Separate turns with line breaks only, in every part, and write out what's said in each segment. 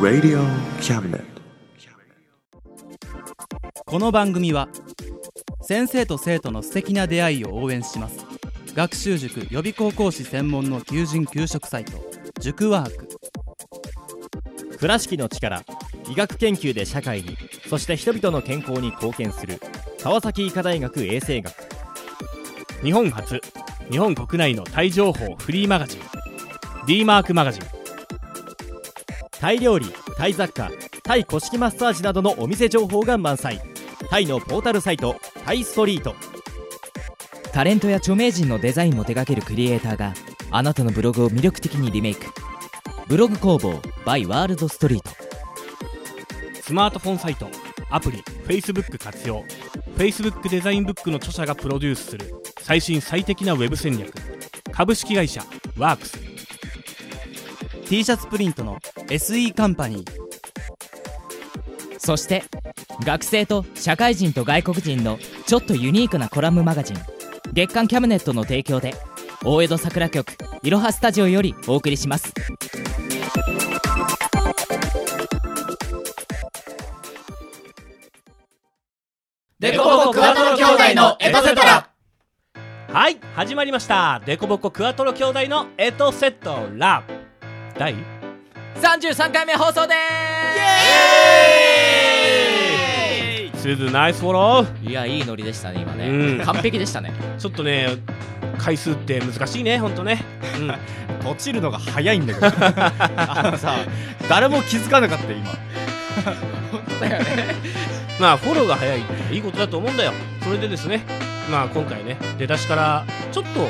Radio Cabinet.
この番組は先生と生徒の素敵な出会いを応援します学習塾予備高校講師専門の求人・求職サイト塾ワーク
倉敷の力医学研究で社会にそして人々の健康に貢献する川崎医科大学衛生学
日本初日本国内のタイ情報フリーマガジン d マークマガジン
タイ料理タイ雑貨タイ古式マッサージなどのお店情報が満載タイのポータルサイトタイストリート
タレントや著名人のデザインも手掛けるクリエイターがあなたのブログを魅力的にリメイクブログ工房 by ワールドストリート
スマートフォンサイトアプリ Facebook 活用 Facebook デザインブックの著者がプロデュースする最新最適なウェブ戦略株式会社ワークス
T シャツプリントの SE カンパニー
そして学生と社会人と外国人のちょっとユニークなコラムマガジン月刊キャムネットの提供で大江戸桜局いろはスタジオよりお送りします
デコボコクワトロ兄弟のエトセトラ
はい始まりましたデコボコクワトロ兄弟のエトセトラ第
33回目放送で
すずナイスフォロ
ーすいやいいノリでしたね今
う
ね
ん
完璧でしたね
ーちょっとね回数って難しいねほんとね
落ちるのが早いんだけど あのさ誰も気づかなかったよ今
まあフォローが早いっていいことだと思うんだよそれでですねまあ今回ね出だしからちょっとほら、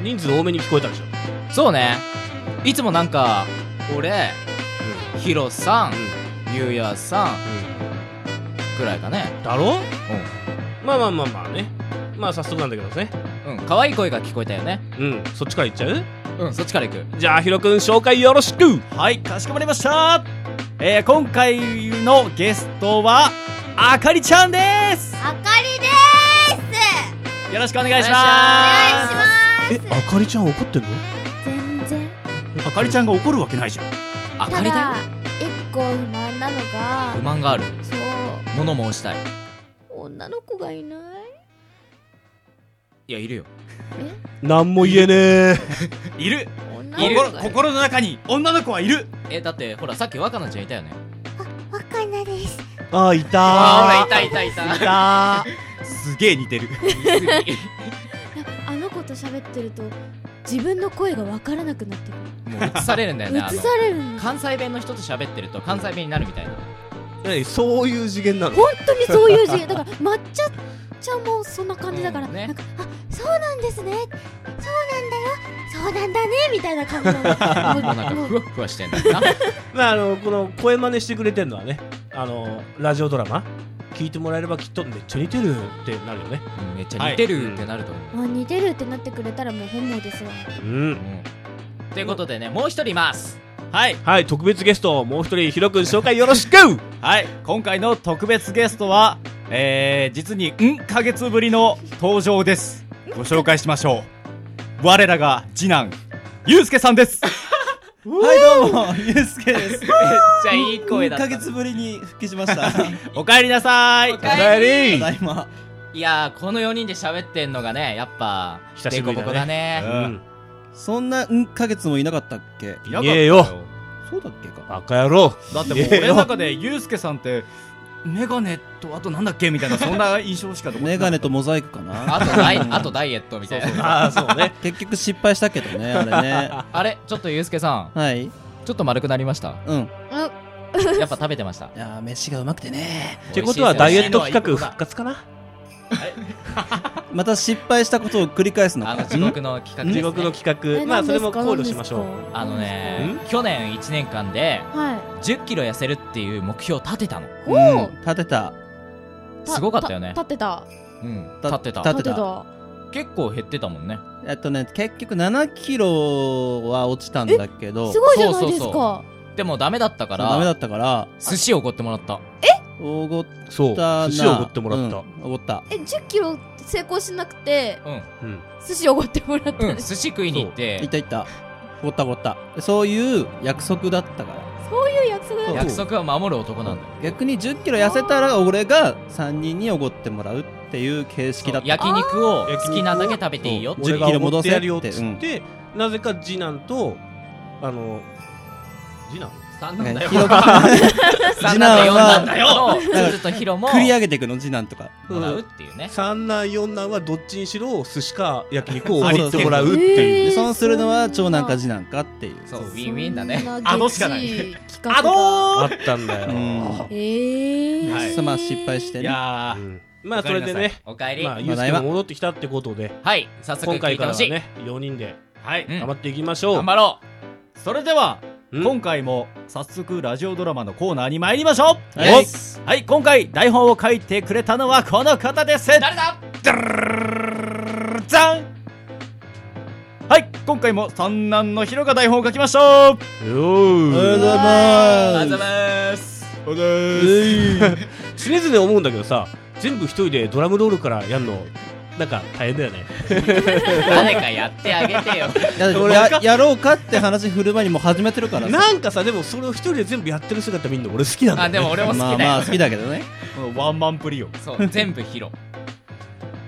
う
人数多めに聞こえたでしょ
そうねいつもなんか俺ヒロさんゆうやさんぐらいかね
だろまあまあまあまあねまあ早速なんだけどね
うん可愛い声が聞こえたよね
うんそっちから行っちゃう
うんそっちから行く
じゃあヒロ君紹介よろしく
はいかしこまりました、えー、今回のゲストはあかりちゃんです
あかりでーす
よろしくお願いし
お願
ます
お願いし
えあかりちゃん怒ってんの
全然
あかりちゃんが怒るわけないじゃん
あか
た
りだよ
だ一個不満なのが
不満がある
そう
物申したい
女の子がいない
いやいる よ
なんも言えねえ
いる
女
いる
の子がいない
心の中に女の子はいる
えだってほらさっき若菜ちゃんいたよね
わかんないです
あいた
ああほらいたいた いた
た
すげえ似 てる
あの子と喋ってると自分の声がわからなくなってく
もう映されるんだよ
る
ね
映
あの
されるの
関西弁の人と喋ってると関西弁になるみたいな
何そういう次元なの
本当にそういう 字だから抹茶ちゃんもそんな感じだから、
うんね
なんかあそうなんですねそうなんだよそうなんだねみたいな感じ なの
もうなんかふわふわしてんだよな
まああのこの声真似してくれてるのはねあのラジオドラマ聞いてもらえればきっとめっちゃ似てるってなるよね
うんめっちゃ似てるってなると思う
もう似てるってなってくれたらもう本望ですわ
うん
うんということでねもう一人い ます
はい
はい特別ゲストもう一人ヒロ君紹介よろしく
はい今回の特別ゲストはえー、実にんヶ月ぶりの登場ですご紹介しましょう我らが次男ゆうすけさんです はいどうもゆうすけです
めっちゃいい声だった
ぶりに復帰しました。
おかえりなさい
おか
えり
だいま。
いやーこの4人で喋ってんのがねやっぱ
久しぶりだね
凸凹だね
うん
そんな、うん、ヶ月もいなかったっけ
いねえよ
そうだっけか。
バカ野郎
だってもう俺の中でゆうすけさんってメガネとあとなんだっけみたいなそんな印象しか残って
メ
な
ガ
い
ネとモザイクかな。
あとダイあとダイエットみたいな
ああそうね
結局失敗したけどね、あれね。
あれちょっとゆうすけさん
はい。
ちょっと丸くなりました
うん。
やっぱ食べてました
いやー、飯がうまくてね。
ってことはダイエット企画復活かな
また失敗したことを繰り返すの
あ
か。
の地獄の企画です、ね、
地獄の企
え
画まあ
何
そ
で
れ
すか
も考慮しましょう
あのね
ん
去年1年間で
は
1 0キロ痩せるっていう目標を立てたの
い。
うん
ー
立てた。
すごかったよね
立ってた。
うん
た
立ってた
立
立
っ
ってて
た
た。
結構減ってたもんね
えっとね、結局7キロは落ちたんだけど、
す
そう
ごいじゃないです
そうそう
か。
でもダメだったから
ダメだったから、
寿司を奢ってもらった
おごっ
そう
たな。
寿司をおごってもらった
うんおごった。
え、10キロ成功しなくて、
うん
うん
寿司おごってもらったん
うん
です。
寿司食いに行っ
い
て
ったいった。
ごったごったそういう約束だったから
そういう約束だった
そ
の
う
約束は守る男なんだよ
逆に1 0キロ痩せたら俺が3人におごってもらうっていう形式だった
焼肉を
あー
好きなだけ食べていいよ
そう
俺が
10キロ戻せって
やるよっつって、なぜか次男とあの次男
3
え
なんだよ
ヒロが
3なんだよ4
次男は
なんだよずっとヒロも
繰り上げていくの次男とか
もらうっていうね
三男四男はどっちにしろ寿司か焼肉をおごってもらうって
え
いう、
で
ー
損するのは長男か次男かっていう
そうウィンウィンだね
あ
のしかない
あの
あったんだよ、
うん
えー、
はいまあ失敗して
い
ね
や
う
ー
んまあそれでね
おかえり
まあ
は
ゆうすけも戻ってきたってことで
い早速
今
聞
回
い
か
て
ら
ほ
は
しい
ね4人で
はい
うん
頑張っていきましょう、
頑張ろ
それでは
うん
今回も早速ラジオドラマのコーナーに参りましょう
はい
はい今回台本を書いてくれたのはこの方です
う誰だ
ざんはい今回も三男のヒロが台本を書きました
よ
おはよう
ー
ござい
あ
ます
ざます
常々思うんだけどさ全部一人でドラムロールからやんのなんか大変だよね
誰かやってあげてよ
いや俺ややろうかって話振る前にもう始めてるからさ
なんかさでもそれを一人で全部やってる姿見るの俺好きなんだ
あ
よね
でも俺も好
ま
き
あ
だ
ま
よ
あ好きだけ どね
ワンマンプリオ
そう全部ヒロ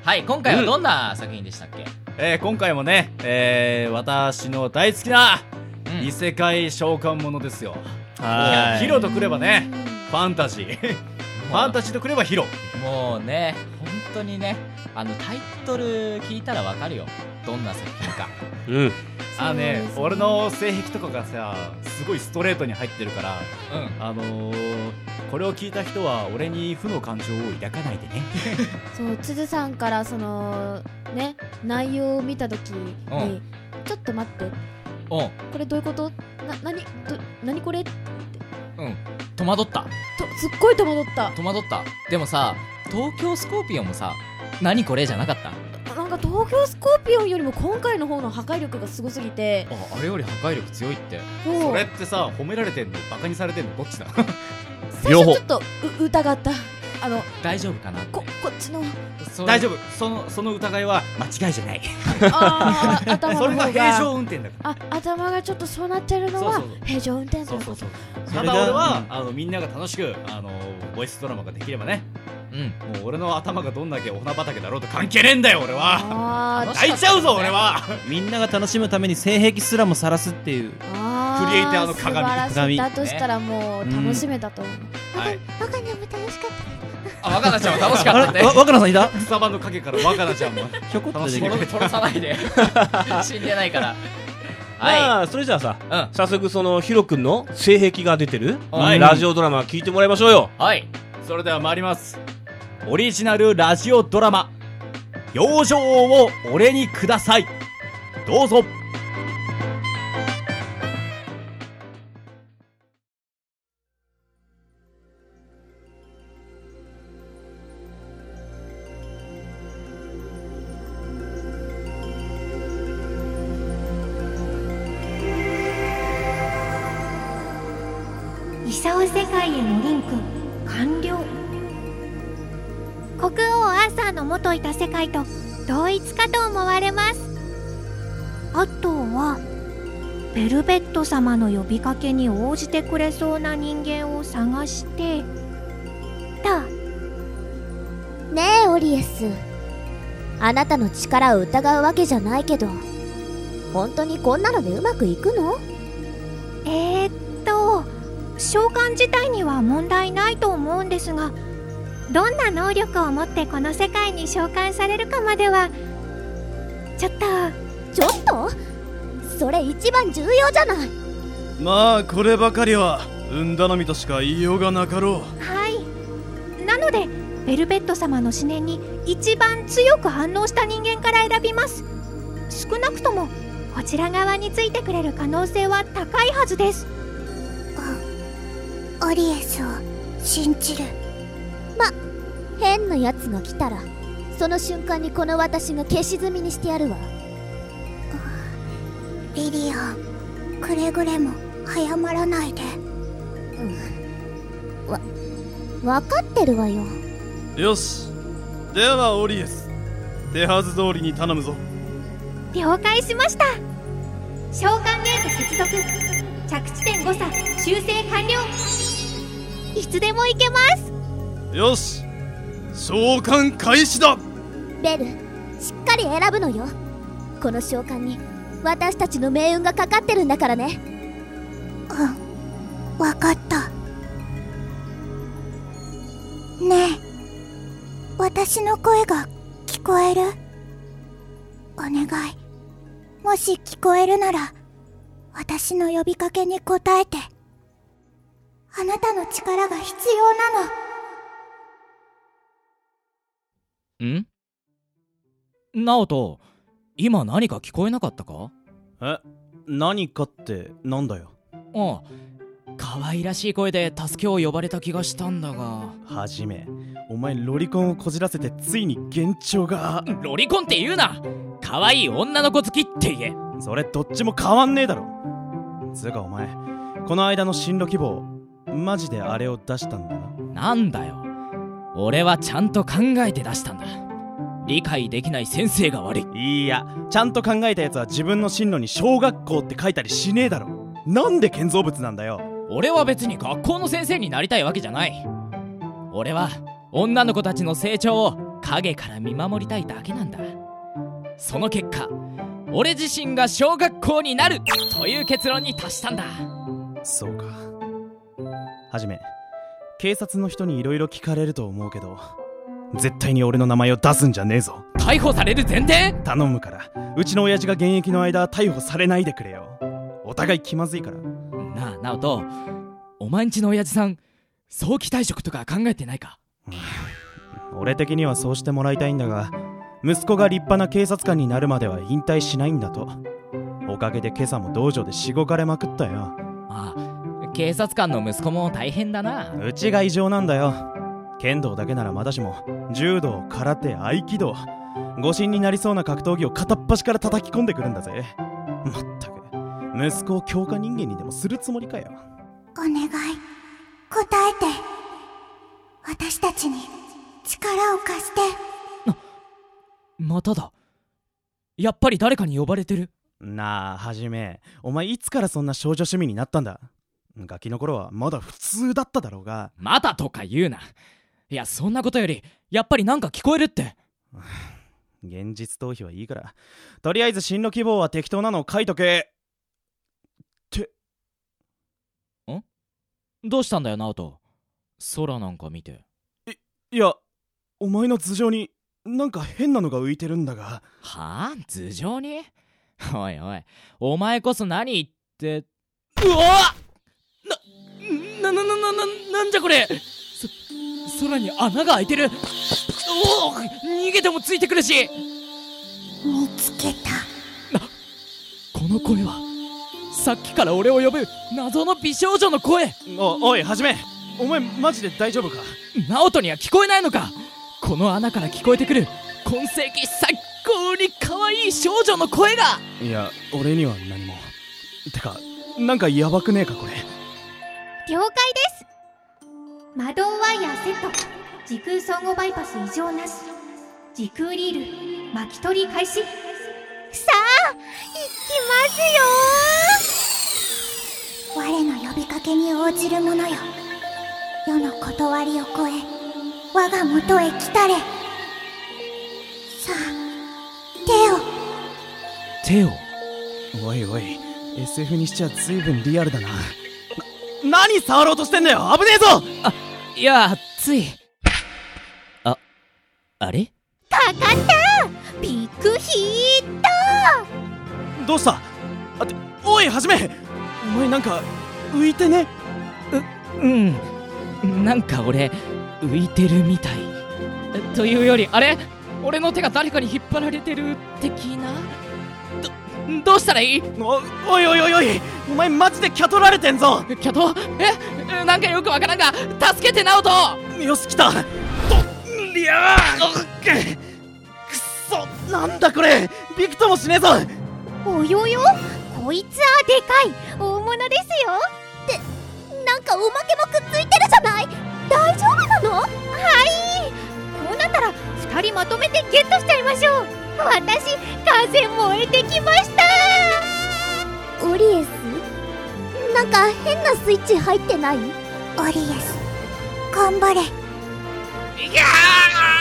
はい今回はどんな作品でしたっけ
えー、今回もね、えー、私の大好きな
うん
異世界召喚ものですよ、
はい
ヒロとくればねファンタジーファンタジーとくればヒロ
もうね本当にねあのタイトル聞いたらわかるよどんな作品か
うん
あのね
そう
俺の性癖とかがさすごいストレートに入ってるから
うん
あのー、これを聞いた人は俺に負の感情を抱かないでね
そう鈴さんからそのね内容を見た時に、ちょっと待って
うん
これどういうことな何ど何これと
戸惑った
すっごい戸惑った
戸惑ったでもさ東京スコーピオンもさ何これじゃなかった
なんか東京スコーピオンよりも今回の方の破壊力がすごすぎて
ああれより破壊力強いって
そ
それってさ褒められてんのバカにされてんのどっ ちだ
最初ちょっとう疑ったあの
大丈夫かなって
ここっち の
大丈
夫
夫そのその疑いは間違いじゃない
あー頭
そ
の
れ
方
が
が
平常運転だから
あ頭がちょっとそうなってるのは
そうそうそう
平常運転と
そ
いうう
そ
こ
う
と
そう
そ
た
れが
だ俺は
う、
あのみんなが楽しくあのボイスドラマができればね
うん
もう俺の頭がどんだけお花畑だろうと関係ねえんだよ俺は
あー
楽し
泣いちゃうぞ俺は
みんなが楽しむために性癖すらもさらすっていう
あ
クリエイターの鏡
素晴らしいだとしたらもう
ね
楽しめたと思う、
うんはい
わかんないも楽しかった
あ若菜ちゃんは楽しかった
あ
ね
れわ若菜さんいた
草場の影から若菜ちゃんも
ひょこっと
楽
出
してみ
き
だ
た
殺殺さないで死んでないからは
まあそれじゃあさ
いうん
早速そのヒロ君の性癖が出てる、
はい
ラジオドラマ聞いてもらいましょうよ
はい
それでは参りますオリジナルラジオドラマ「養生を俺にください」どうぞ
イサオ世界へのリンク完了国王アーサーの元いた世界と同一かと思われますあとはベルベット様の呼びかけに応じてくれそうな人間を探してと
ねえオリエスあなたの力を疑うわけじゃないけど本当にこんなのでうまくいくの
えー、っと召喚自体には問題ないと思うんですがどんな能力を持ってこの世界に召喚されるかまではちょっと
ちょっとそれ一番重要じゃない
まあこればかりは運頼みとしか言いようがなかろ
はいなのでベルベット様の思念に一番強く反応した人間から選びます少なくともこちら側についてくれる可能性は高いはずです
オリエスを信じるま変なやつが来たらその瞬間にこの私が消し済みにしてやるわ
リリアくれぐれも早まらないで
分かってるわよ
うよしではオリエス手はず通りに頼むぞ
了解しました召喚ゲート接続着地点誤差修正完了いつでも行けます
よし召喚開始だ
ベルしっかり選ぶのよこの召喚に私たちの命運がかかってるんだからね
うんわかったねえ私の声が聞こえるお願いもし聞こえるなら私の呼びかけに応えてあなたの力が必要なの
ん直人今何か聞こえなかったか
え何かってなんだよ
ああ可愛らしい声で助けを呼ばれた気がしたんだが
はじめお前ロリコンをこじらせてついに幻聴が
ロリコンって言うな可愛い女の子好きって言え
それどっちも変わんねえだろつうかお前この間の進路希望マジであれを出したんだな
なんだよ俺はちゃんと考えて出したんだ理解できない先生が悪い
いいやちゃんと考えたやつは自分の進路に小学校って書いたりしねえだろなんで建造物なんだよ
俺は別に学校の先生になりたいわけじゃない俺は女の子たちの成長を影から見守りたいだけなんだその結果俺自身が小学校になるという結論に達したんだ
そうかはじめ警察の人に色々聞かれると思うけど絶対に俺の名前を出すんじゃねえぞ
逮捕される前提
頼むからうちの親父が現役の間逮捕されないでくれよお互い気まずいから
なあ直人お前んちの親父さん早期退職とか考えてないか
俺的にはそうしてもらいたいんだが息子が立派な警察官になるまでは引退しないんだとおかげで今朝も道場でしごかれまくったよ
警察官の息子も大変だな
うちが異常なんだよ剣道だけならまだしも柔道空手合気道誤審になりそうな格闘技を片っ端から叩き込んでくるんだぜまったく息子を強化人間にでもするつもりかよ
お願い答えて私たちに力を貸して
まただやっぱり誰かに呼ばれてる
なあはじめお前いつからそんな少女趣味になったんだガキの頃はまだ普通だっただろうが
またとか言うないやそんなことよりやっぱりなんか聞こえるって
現実逃避はいいからとりあえず進路希望は適当なのを書いとけ
どうしたんだよ直人空なんか見て
いやお前の頭上になんか変なのが浮いてるんだが
はあ頭上においおいお前こそ何言ってうわっななななななんじゃこれそ空に穴が開いてるおお逃げてもついてくるし
見つけた
この声はさっきから俺を呼ぶ謎の美少女の声
おおいはじめお前マジで大丈夫か
直人には聞こえないのかこの穴から聞こえてくる今世紀最高に可愛い少女の声が
いや俺には何もてかなんかやばくねえかこれ
了解です魔導ワイヤーセット時空相互バイパス異常なし時空リール巻き取り開始さあ行きますよ我の呼びかけに応じる者よ世の断りを超え我が元へ来たれさあ手を
手を
おいおい SF にしちゃ随分リアルだなな何触ろうとしてんだよ危ねえぞ
いやついああれ
かかったビッグヒット
どうしたあておいはじめお前なんか浮いてね
うんなんか俺浮いてるみたいというよりあれ俺の手が誰かに引っ張られてる的などどうしたらいい
おおいおいおいおいお前マジでキャ取られてんぞ
キャトえなんかよくわからんが助けてナオト
よし来たとりゃあくっくっそなんだこれびくともしねえぞ
およよこいつはでかい大物ですよでなんかおまけもくっついてるじゃない大丈夫なのはいこうなったら2人まとめてゲットしちゃいましょう私風燃えてきました
オリエスなんか変なスイッチ入ってないオリエス頑張れ
いや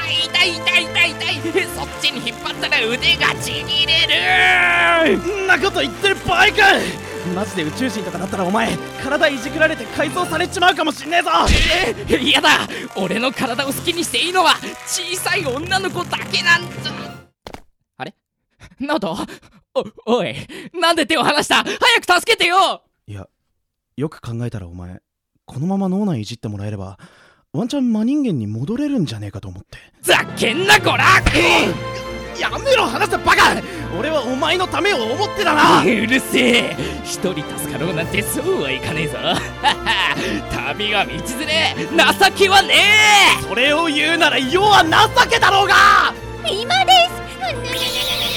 ー痛い痛い痛い痛いそっちに引っ張ったら腕がちぎれる
んなこと言ってる場合かいマジで宇宙人とかだったらお前体いじくられて改造されちまうかもしんねえぞ
えーやだ俺の体を好きにしていいのは小さい女の子だけなんだあれなどおおいなんで手を離した早く助けてよ
いやよく考えたらお前このまま脳内いじってもらえればワンチャン真人間に戻れるんじゃねえかと思って
ざけんなこら
やめろ話せバカ俺はお前のためを思ってだな
うるせえ一人助かろうなんてそうはいかねえぞ はは旅が道連れ情けはねえ
それを言うなら世は情けだろうが
今です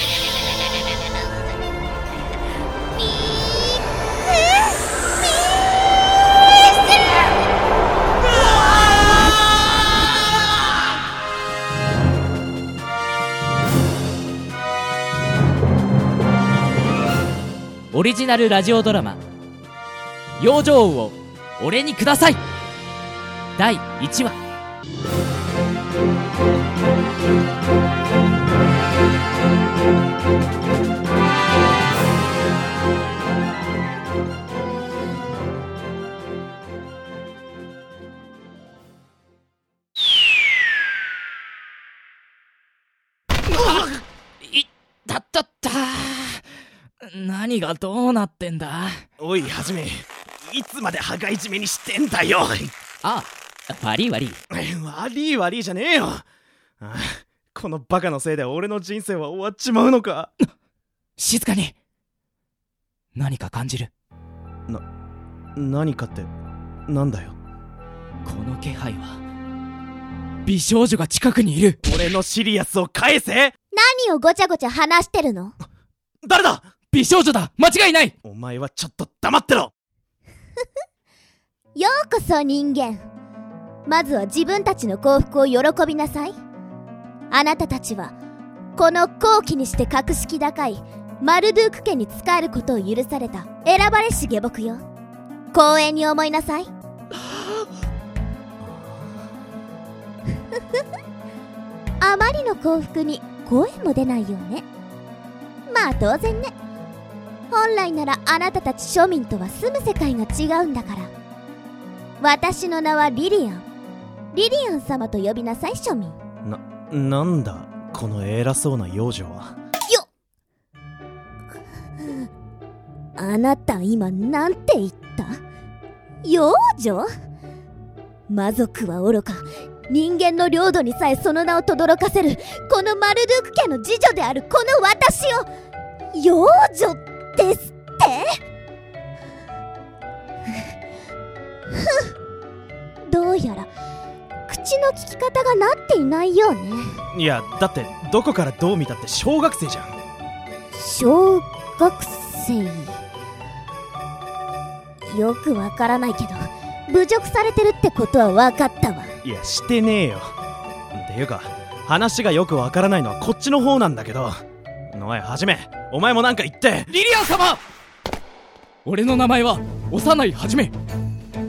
オリジナルラジオドラマ「養生を俺にください」第1話
だったった何がどうなってんだ
おいはじめいつまで羽交い締めにしてんだよ
あ悪い悪い
悪い悪いじゃねえよああこのバカのせいで俺の人生は終わっちまうのか
静かに何か感じる
何かってなんだよ
この気配は美少女が近くにいる
俺のシリアスを返せ
何をごちゃごちゃ話してるの
誰だ
美少女だ間違いない
お前はちょっと黙ってろ
ようこそ人間まずは自分たちの幸福を喜びなさいあなたたちはこの高貴にして格式高いマルドゥーク家に仕えることを許された選ばれし下僕よ光栄に思いなさいあまりの幸福に声も出ないよねまあ当然ね本来ならあなたたち庶民とは住む世界が違うんだから私の名はリリアンリリアン様と呼びなさい庶民
ななんだこの偉そうな幼女は
あなた今なんて言った幼女魔族は愚か人間の領土にさえその名を轟かせるこのマルドゥーク家の次女であるこの私を幼女ですってふっどうやら口の利き方がなっていないようね
いやだってどこからどう見たって小学生じゃん
小学生よくわからないけど侮辱されてるってことは分かったわ
いやしてねえよっていうか話がよくわからないのはこっちの方なんだけどおいはじめお前もなんか言って
リリアン様俺の名前は幼いはじめ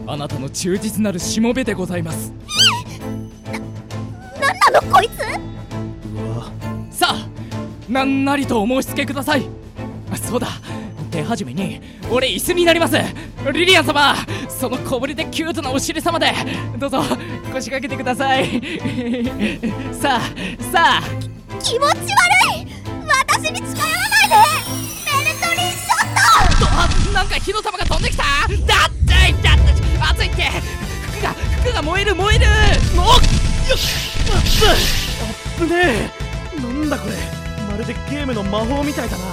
あなたの忠実なるしもべでございます
なんなのこいつ
さあなんなりとお申し付けくださいあそうだ手始めに俺椅子になりますリリアン様その小ぶりでキュートなお尻様でどうぞ腰掛けてくださいさあさあ
気持ち悪い私に近寄らないでベルトリンショッ
トあなんか火の玉が飛んできただってだって熱いって服が服が燃える燃えるも
ぶねえなんだこれまるでゲームの魔法みたいだな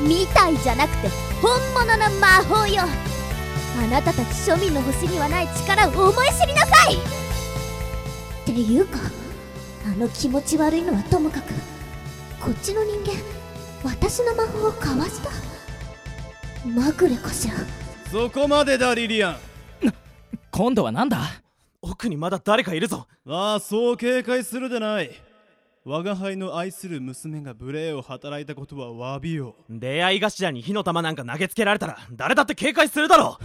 みたいじゃなくて本物の魔法よあなたたち庶民の星にはない力を思い知りなさいっていうかあの気持ち悪いのはともかくこっちの人間私の魔法をかわしたまぐれかしら
そこまでだリリアン
今度はなんだ
奥にまだ誰かいるぞ
ああそう警戒するでない
我が輩の愛する娘が無礼を働いたことは詫びよう
出会い頭に火の玉なんか投げつけられたら誰だって警戒するだろ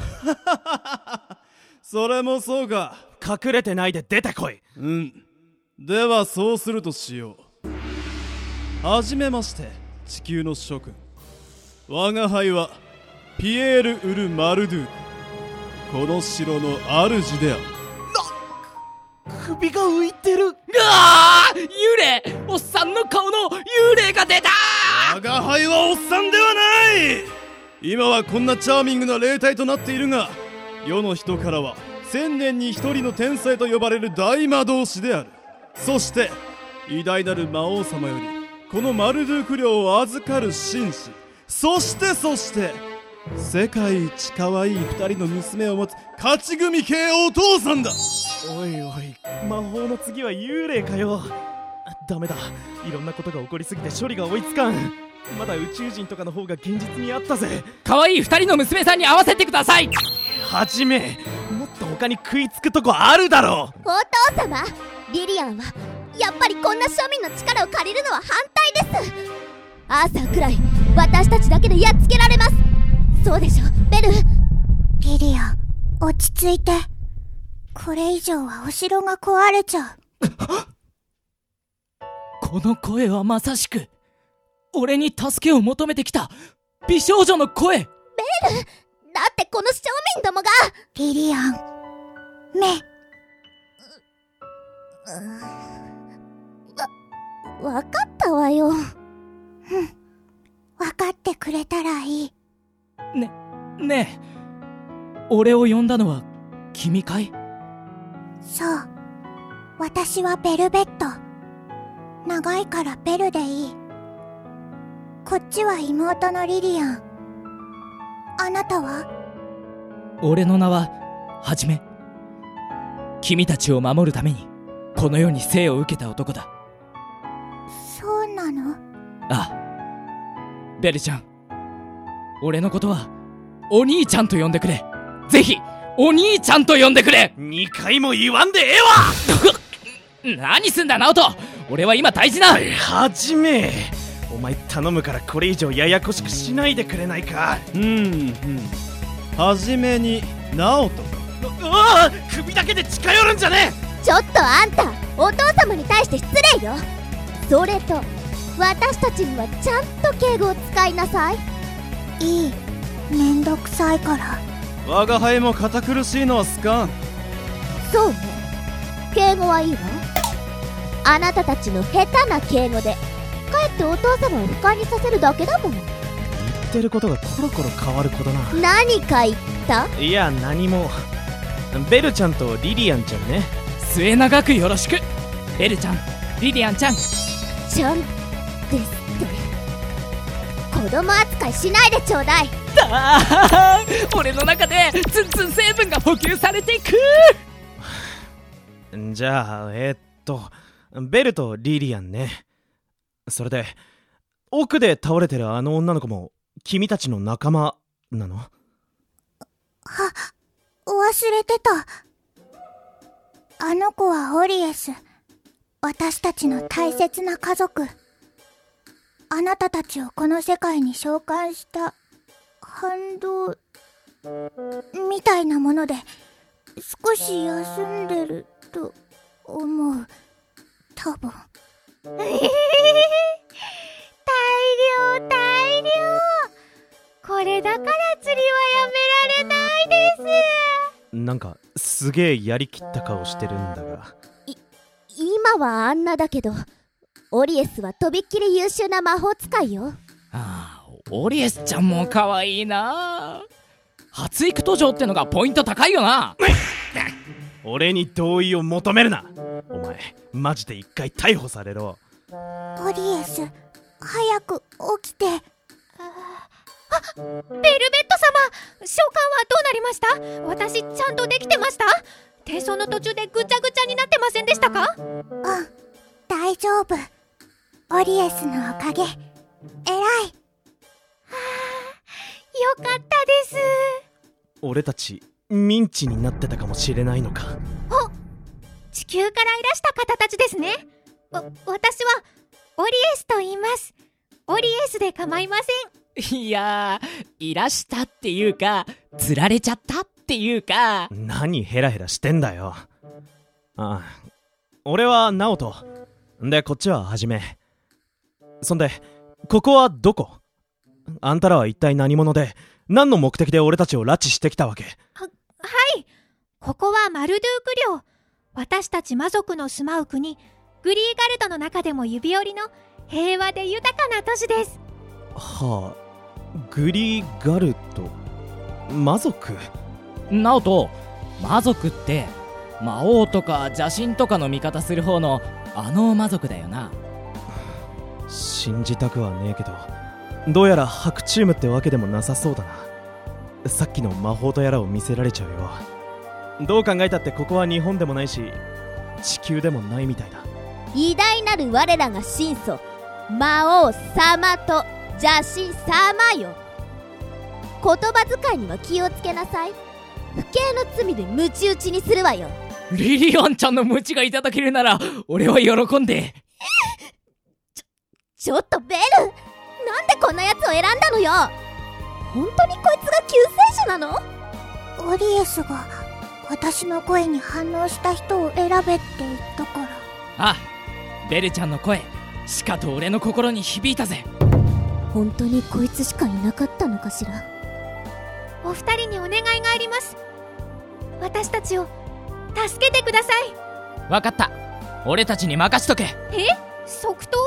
それもそうか
隠れてないで出てこい
うんではそうするとしようはじめまして地球の諸君我が輩はピエール・ウル・マルドゥークこの城の主である
首が浮いてるうわー幽霊おっさんの顔の幽霊が出た
我が輩はおっさんではない今はこんなチャーミングな霊体となっているが世の人からは千年に一人の天才と呼ばれる大魔導士であるそして偉大なる魔王様よりこのマルドゥーク領を預かる紳士そしてそして世界一可愛い二人の娘を持つ勝ち組系お父さんだ
おいおい魔法の次は幽霊かよダメだいろんなことが起こりすぎて処理が追いつかんまだ宇宙人とかの方が現実にあったぜ
可愛い二人の娘さんに合わせてください
はじめもっと他に食いつくとこあるだろ
お父様リリアンはやっぱりこんな庶民の力を借りるのは反対ですアーサーくらい私たちだけでやっつけられますそうでしょベル
リリア落ち着いてこれ以上はお城が壊れちゃう
この声はまさしく俺に助けを求めてきた美少女の声ベル
だってこの庶民どもが
リリアン目
わわかったわよ
うん分かってくれたらいい
ねえ俺を呼んだのは君かい
そう私はベルベット長いからベルでいいこっちは妹のリリアンあなたは
俺の名ははじめ君たちを守るためにこの世に生を受けた男だ
そうなの
ああベルちゃん俺のことはお兄ちゃんと呼んでくれぜひお兄ちゃんと呼んでくれ
2回も言わんでええ
わ 何すんだ直人俺は今大事な
はじめお前頼むからこれ以上ややこしくしないでくれないか
うんうんはじめに直人
うわあ首だけで近寄るんじゃねえ
ちょっとあんたお父様に対して失礼よそれと私たちにはちゃんと敬語を使いなさい
いいめんどくさいから
我が輩も堅苦しいのは好かん
そうね敬語はいいわあなたたちの下手な敬語でかえってお父様を不快にさせるだけだもん
言ってることがコロコロ変わることな
何か言った
いや何もベルちゃんとリリアンちゃんね
末永くよろしくベルちゃんリリアンちゃん
ちゃんですって子供扱いしないでちょうだい
だー俺の中でツンツン成分が補給されていく
じゃあえーっとベルとリリアンねそれで奥で倒れてるあの女の子も君たちの仲間なの
は、忘れてた。あの子はオリエス。私たちの大切な家族。あなたたちをこの世界に召喚した反動みたいなもので少し休んでると思う。多 分。
大量大量これだから釣りはやめられないで
なんかすげえやりきった顔してるんだが
す今はあんなだけどオリエスはとびっきり優秀な魔法使いよ
オリエスちゃんも可愛いな発育途上ってのがポイント高いよな
俺に同意を求めるなお前マジで一回逮捕されろ
オリエス、早く起きて。
ベルベット様召喚はどうなりました私ちゃんとできてました転送の途中でぐちゃぐちゃになってませんでしたか
うん、大丈夫。オリエスのおかげ。偉い。
よかったです。
俺たちミンチになってたかもしれないのか
お地球からいらした方たちですね。わ私はオリエスと言いますオリエスで構いません
いやー、いらしたっていうか、釣られちゃったっていうか、
何ヘラヘラしてんだよああ俺は直人でこっちははじめそんでここはどこあんたらは一体何者で何の目的で俺たちを拉致してきたわけ
はいここはマルドゥーク領私たち魔族の住まう国グリーガルドの中でも指折りの平和で豊かな都市です
はあグリーガルト魔族
ナオト魔族って魔王とか邪神とかの味方する方のあの魔族だよな
信じたくはねえけどどうやら白チームってわけでもなさそうだなさっきの魔法とやらを見せられちゃうよどう考えたってここは日本でもないし地球でもないみたいだ
偉大なる我らが神祖魔王様と邪神様よ言葉遣いには気をつけなさい不敬の罪で鞭打ちにするわよ
リリアンちゃんのムチがいただけるなら、俺は喜んで。
ちょっとベルなんでこんなやつを選んだのよ本当にこいつが救世主なの
オリエスが私の声に反応した人を選べって言ったから
あベルちゃんの声しかと俺の心に響いたぜ
本当にこいつしかいなかったのかしら
お二人にお願いがあります私たちを助けてください
わかった俺たちに任しとけ
え即答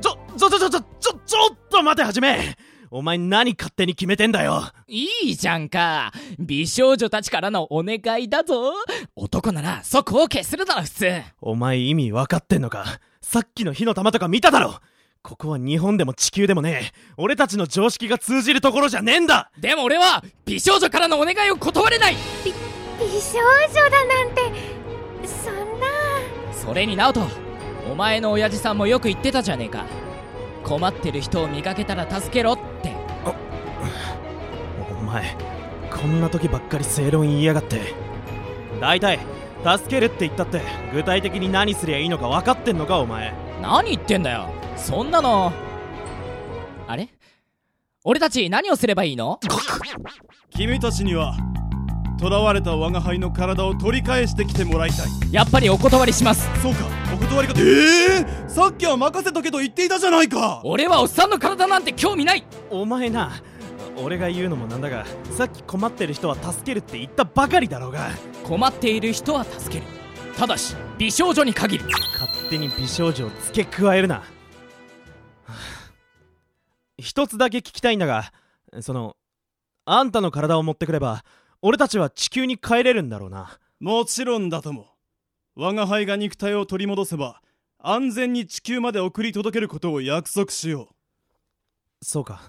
ちょちょちょちょちょちょっと待てはじめお前何勝手に決めてんだよ
いいじゃんか。美少女たちからのお願いだぞ。男なら即 OK するだろ、普通。
お前意味分かってんのかさっきの火の玉とか見ただろここは日本でも地球でもねえ俺たちの常識が通じるところじゃねえんだ
でも俺は、美少女からのお願いを断れない
美少女だなんてそんな
それにナオトお前の親父さんもよく言ってたじゃねえか困ってる人を見かけたら助けろって
お前こんな時ばっかり正論言いやがって大体助けるって言ったって具体的に何すりゃいいのか分かってんのかお前
何言ってんだよそんなのあれ俺たち何をすればいいの
君たちには囚われた我が輩の体を取り返してきてもらいたい
やっぱりお断りします
そうかお断りかええさっきは任せとけと言っていたじゃないか
俺はおっさんの体なんて興味ない
お前な俺が言うのもなんだがさっき困ってる人は助けるって言ったばかりだろうが
困っている人は助けるただし美少女に限る
勝手に美少女を付け加えるな はあ一つだけ聞きたいんだがそのあんたの体を持ってくれば俺たちは地球に帰れるんだろうな
もちろんだとも我が輩が肉体を取り戻せば安全に地球まで送り届けることを約束しよ
そうか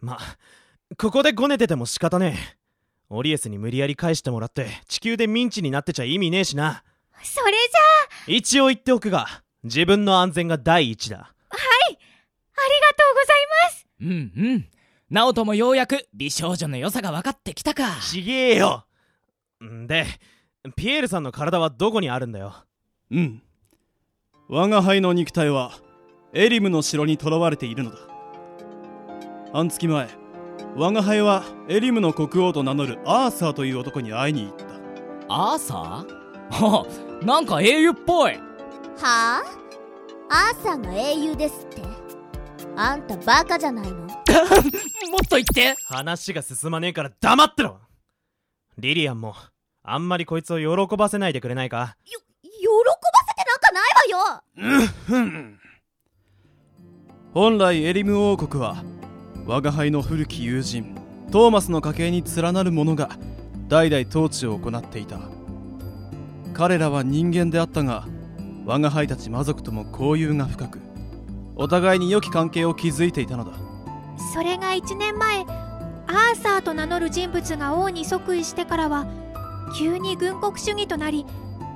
まあここでごねてても仕方ねえオリエスに無理やり返してもらって地球でミンチになってちゃ意味ねえしな
それじゃあ
一応言っておくが自分の安全が第一だ
はいありがとうございます
うんうんナオトもようやく美少女の良さが分かってきたか
ちげえよんでピエールさんの体はどこにあるんだよ
うん我が輩の肉体はエリムの城に囚われているのだ半月前我が輩はエリムの国王と名乗るアーサーという男に会いに行った
アーサー なんか英雄っぽい
はあアーサーが英雄ですってあんたバカじゃないの もっ
と言って
話が進まねえから黙ってろリリアンもあんまりこいつを喜ばせないでくれないか
喜ばせてなんかないわよ
本来エリム王国は我が輩の古き友人トーマスの家系に連なる者が代々統治を行っていた彼らは人間であったが我が輩たち魔族とも交友が深くお互いに良き関係を築いていたのだ
それが1年前アーサーと名乗る人物が王に即位してからは急に軍国主義となり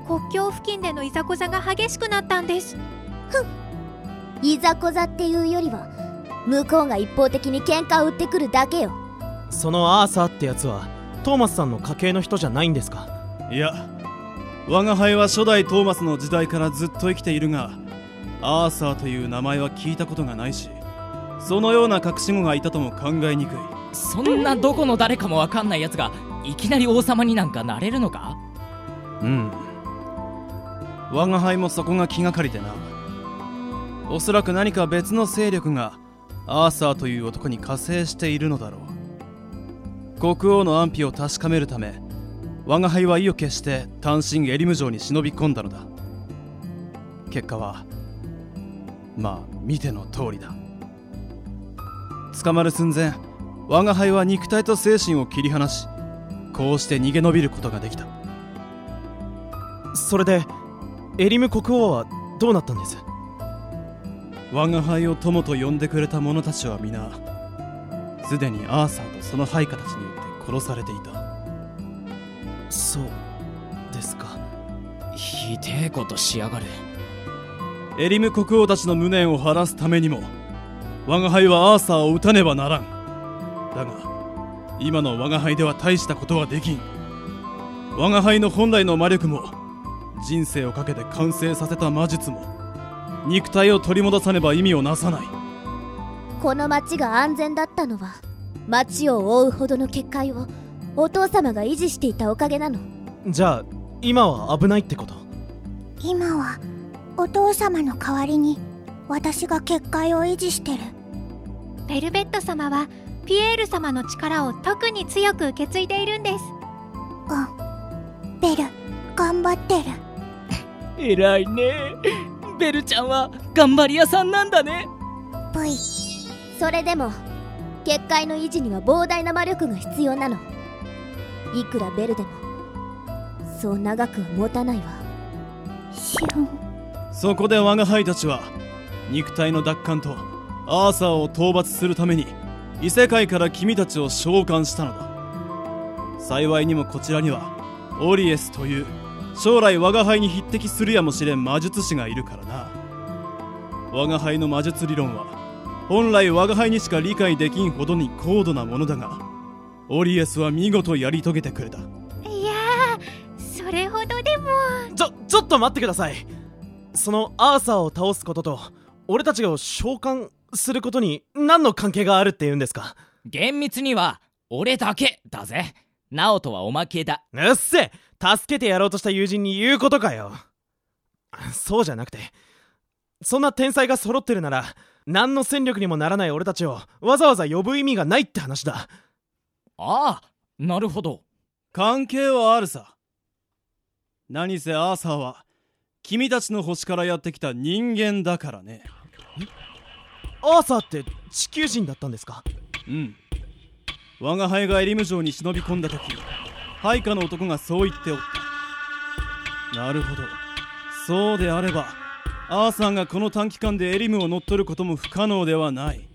国境付近でのいざこざが激しくなったんです
ふんいざこざっていうよりは向こうが一方的に喧嘩を売ってくるだけよ
そのアーサーってやつはトーマスさんの家系の人じゃないんですか
いや我が輩は初代トーマスの時代からずっと生きているがアーサーという名前は聞いたことがないしそのような隠し子がいたとも考えにくい
そんなどこの誰かもわかんないやつがいきなり王様になんかなれるのか
うん我が輩もそこが気がかりでなおそらく何か別の勢力がアーサーという男に加勢しているのだろう国王の安否を確かめるため我が輩は意を決して単身エリム城に忍び込んだのだ結果はまあ見ての通りだ捕まる寸前我が輩は肉体と精神を切り離しこうして逃げ延びることができた
それでエリム国王はどうなったんです
我が輩を友と呼んでくれた者たちは皆すでにアーサーとその配下たちによって殺されていた
そうですか
ひでえことしやがる
エリム国王たちの無念を晴らすためにも我が輩はアーサーを撃たねばならんだが今の我が輩では大したことはできん我が輩の本来の魔力も人生をかけて完成させた魔術も肉体を取り戻さねば意味をなさない
この町が安全だったのは町を覆うほどの結界をお父様が維持していたおかげなの
じゃあ今は危ないってこと
今はお父様の代わりに私が結界を維持してる
ベルベット様はピエール様の力を特に強く受け継いでいるんです
うんベル頑張ってる
偉いねベルちゃんは頑張り屋さんなんだね
V それでも結界の維持には膨大な魔力が必要なのいくらベルでもそう長くは持たないわ
シュン
そこで我が輩たちは肉体の奪還とアーサーを討伐するために異世界から君たちを召喚したのだ幸いにもこちらにはオリエスという将来我が輩に匹敵するやもしれん魔術師がいるからな我が輩の魔術理論は本来我が輩にしか理解できんほどに高度なものだがオリエスは見事やり遂げてくれた
いやーそれほどでも
ちょちょっと待ってくださいそのアーサーを倒すことと俺たちを召喚することに何の関係があるって言うんですか
厳密には俺だけだぜナオトはおまけだ
うっせ助けてやろうとした友人に言うことかよそうじゃなくてそんな天才が揃ってるなら何の戦力にもならない俺たちをわざわざ呼ぶ意味がないって話だ
ああなるほど
関係はあるさ何せアーサーは君たちの星からやってきた人間だからね
アーサーって地球人だったんですか
うん我が輩がエリム城に忍び込んだ時配下の男がそう言っておったなるほどそうであればアーサーがこの短期間でエリムを乗っ取ることも不可能ではない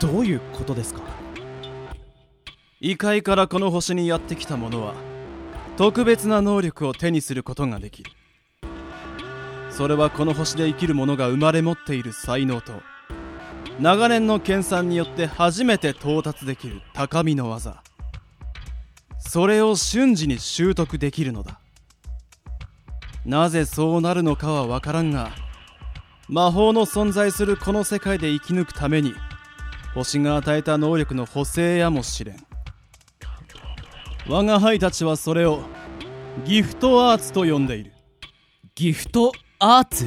どういうことですか
異界からこの星にやってきた者は特別な能力を手にすることができるそれはこの星で生きる者が生まれ持っている才能と長年の研鑽によって初めて到達できる高みの技それを瞬時に習得できるのだなぜそうなるのかは分からんが魔法の存在するこの世界で生き抜くために星が与えた能力の補正やもしれん我が輩たちはそれをギフトアーツと呼んでいる
ギフトアーツ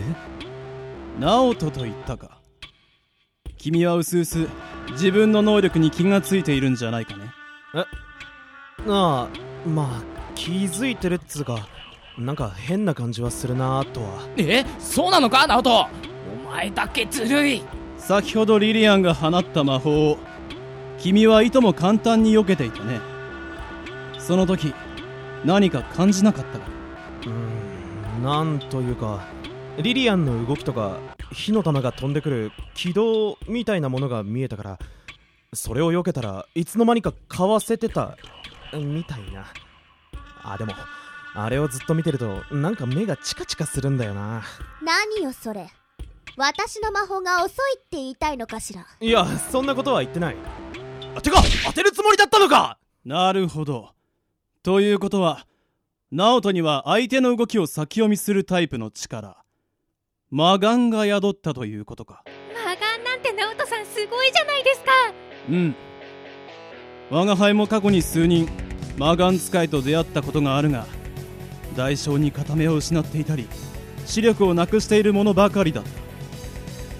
ナオトと言ったか君はうすうす自分の能力に気がついているんじゃないかね
なあまあ気づいてるっつうかなんか変な感じはするなとは
えそうなのかナオトお前だけずるい
先ほどリリアンが放った魔法を君はいとも簡単に避けていたねその時何か感じなかったか
なんというかリリアンの動きとか火の玉が飛んでくる軌道みたいなものが見えたからそれを避けたらいつの間にかかわせてたみたいなあでもあれをずっと見てるとなんか目がチカチカするんだよな
何よそれ私の魔法が遅いって言いたいのかしら
いやそんなことは言ってないあてか当てるつもりだったのか
なるほどということはナオトには相手の動きを先読みするタイプの力魔眼が宿ったということか
マガンなんてナオトさんすごいじゃないですか
うん我が輩も過去に数人魔眼使いと出会ったことがあるが代償に片目を失っていたり視力をなくしているものばかりだっ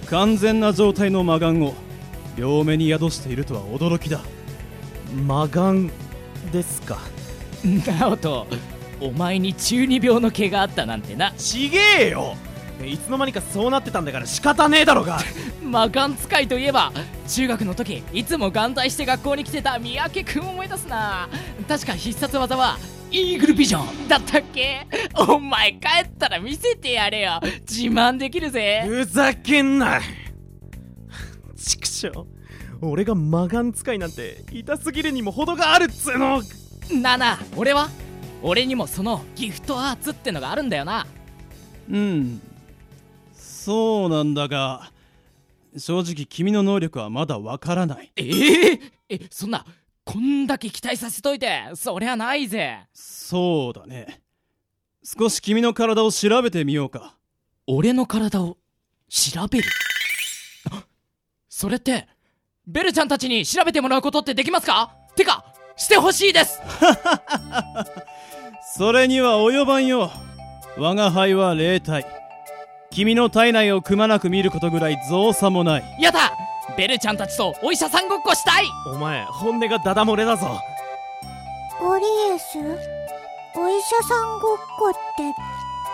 た完全な状態の魔眼を両目に宿しているとは驚きだ
魔眼ですか
ナオトお前に中二病の毛があったなんてな
ちげえよいつの間にかそうなってたんだから仕方ねえだろうが
まあ眼使いといえば中学の時いつも眼帯して学校に来てた三宅君を思い出すな確か必殺技はイーグルビジョンだったっけお前帰ったら見せてやれよ自慢できるぜ
ふざけんな畜生俺が魔眼使いなんて痛すぎるにも程があるっつうの
なあなあ俺は俺にもそのギフトアーツってのがあるんだよな
うんそうなんだが正直君の能力はまだわからない
えええそんなこんだけ期待させといてそりゃないぜ
そうだね少し君の体を調べてみようか
俺の体を調べるそれってベルちゃんたちに調べてもらうことってできますかてかしてほしいです
それには及ばんよ我が輩は霊体君の体内をくまなく見ることぐらい造作もない
やだベルちゃんたちとお医者さんごっこしたい
お前本音がダダ漏れだぞ
オリエスお医者さんごっこって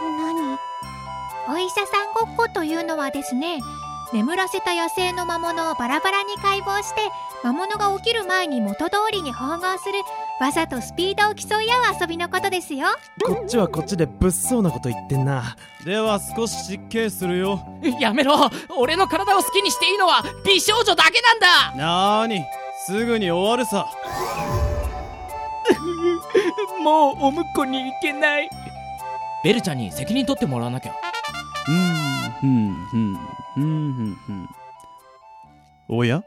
何
お医者さんごっこというのはですね眠らせた野生の魔物をバラバラに解剖して魔物が起きる前に元通りに縫合するわざとスピードを競い合う遊びのことですよ
こっちはこっちで物騒なこと言ってんな
では少し失敬するよ
やめろ俺の体を好きにしていいのは美少女だけなんだ
なーにすぐに終わるさ
もうおむこに行けないベルちゃんに責任取ってもらわなきゃ
うんうんうんうんうんうんおや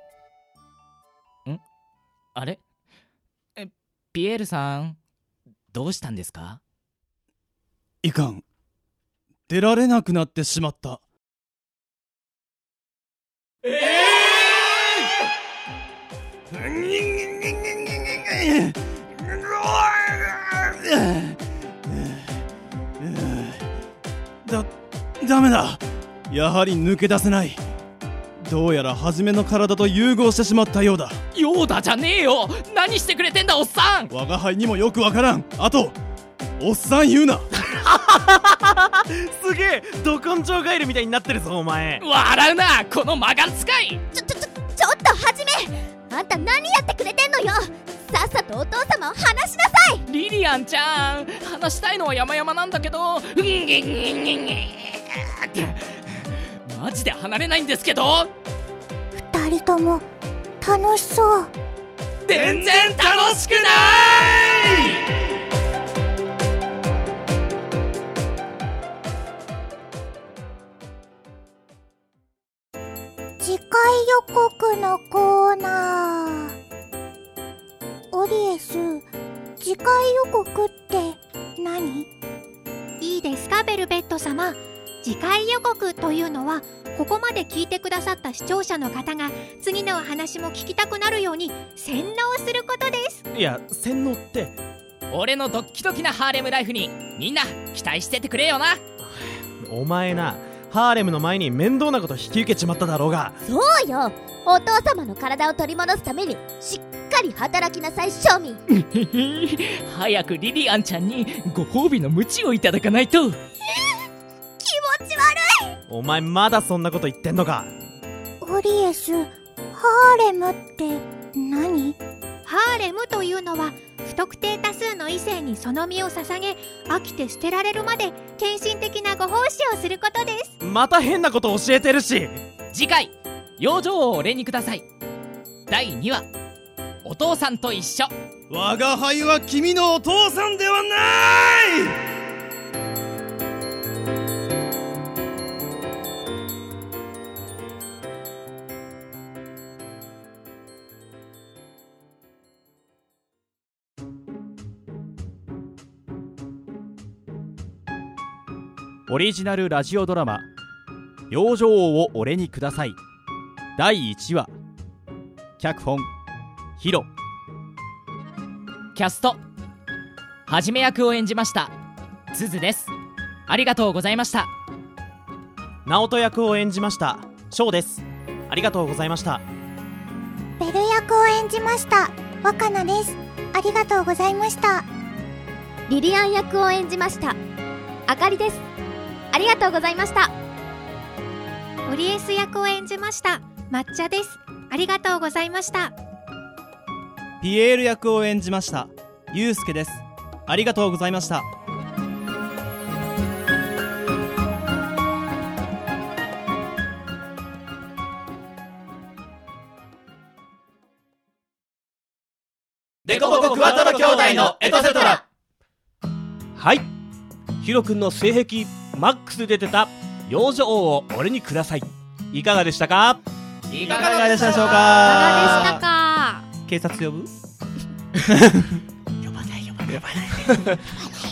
あれえピエールさんどうしたんですか
いかん出られなくなってしまった
ええ
だダメだやはり抜け出せないどうやら初めの体と融合してしまったようだ
ようだじゃねえよ何してくれてんだおっさん
我が輩にもよくわからんあとおっさん言うな
すげえど根性ガエルみたいになってるぞお前
笑うなこの魔眼使い
ちょちょちょちょっとはじめあんた何やってくれてんのよさっさとお父様を話しなさい
リリアンちゃん話したいのは山々なんだけどうんげんげんげんげんマジで離れないんですけど
二人とも楽しそう
全然楽しくない
次回予告のコーナーオリエス次回予告って何
いいですかベルベット様次回予告というのはここまで聞いてくださった視聴者の方が次のお話も聞きたくなるように洗脳することです
いや洗脳って
俺のドッキドキなハーレムライフにみんな期待しててくれよな
お前なハーレムの前に面倒なこと引き受けちまっただろうが
そうよお父様の体を取り戻すためにしっかり働きなさい庶民
早くリリアンちゃんにご褒美の鞭をいただかないと
気持ち悪い
お前まだそんなこと言ってんのか
オリエスハーレムって何
ハーレムというのは不特定多数の異性にその身を捧げ飽きて捨てられるまで献身的なご奉仕をすることです
また変なこと教えてるし
次回「養生を俺にください」第2話「お父さんと一緒」
我が輩は君のお父さんではない
オリジナルラジオドラマ「養生王を俺にください」第1話脚本ヒロ
キャストはじめ役を演じましたズズですありがとうございました
直人役を演じました翔ですありがとうございました
ベル役を演じました若菜ですありがとうございました
リリアン役を演じましたあかりですありがとうございました
オリエス役を演じました抹茶ですありがとうございました
ピエール役を演じましたゆうすけですありがとうございました
デコボコクワトロ兄弟のエトセトラ
はいヒロ君の性癖マックスで出てた「養女王を俺にください」いかがでしたか
い
か
がでしたでしょうか
いかがでしたか
警察呼ぶ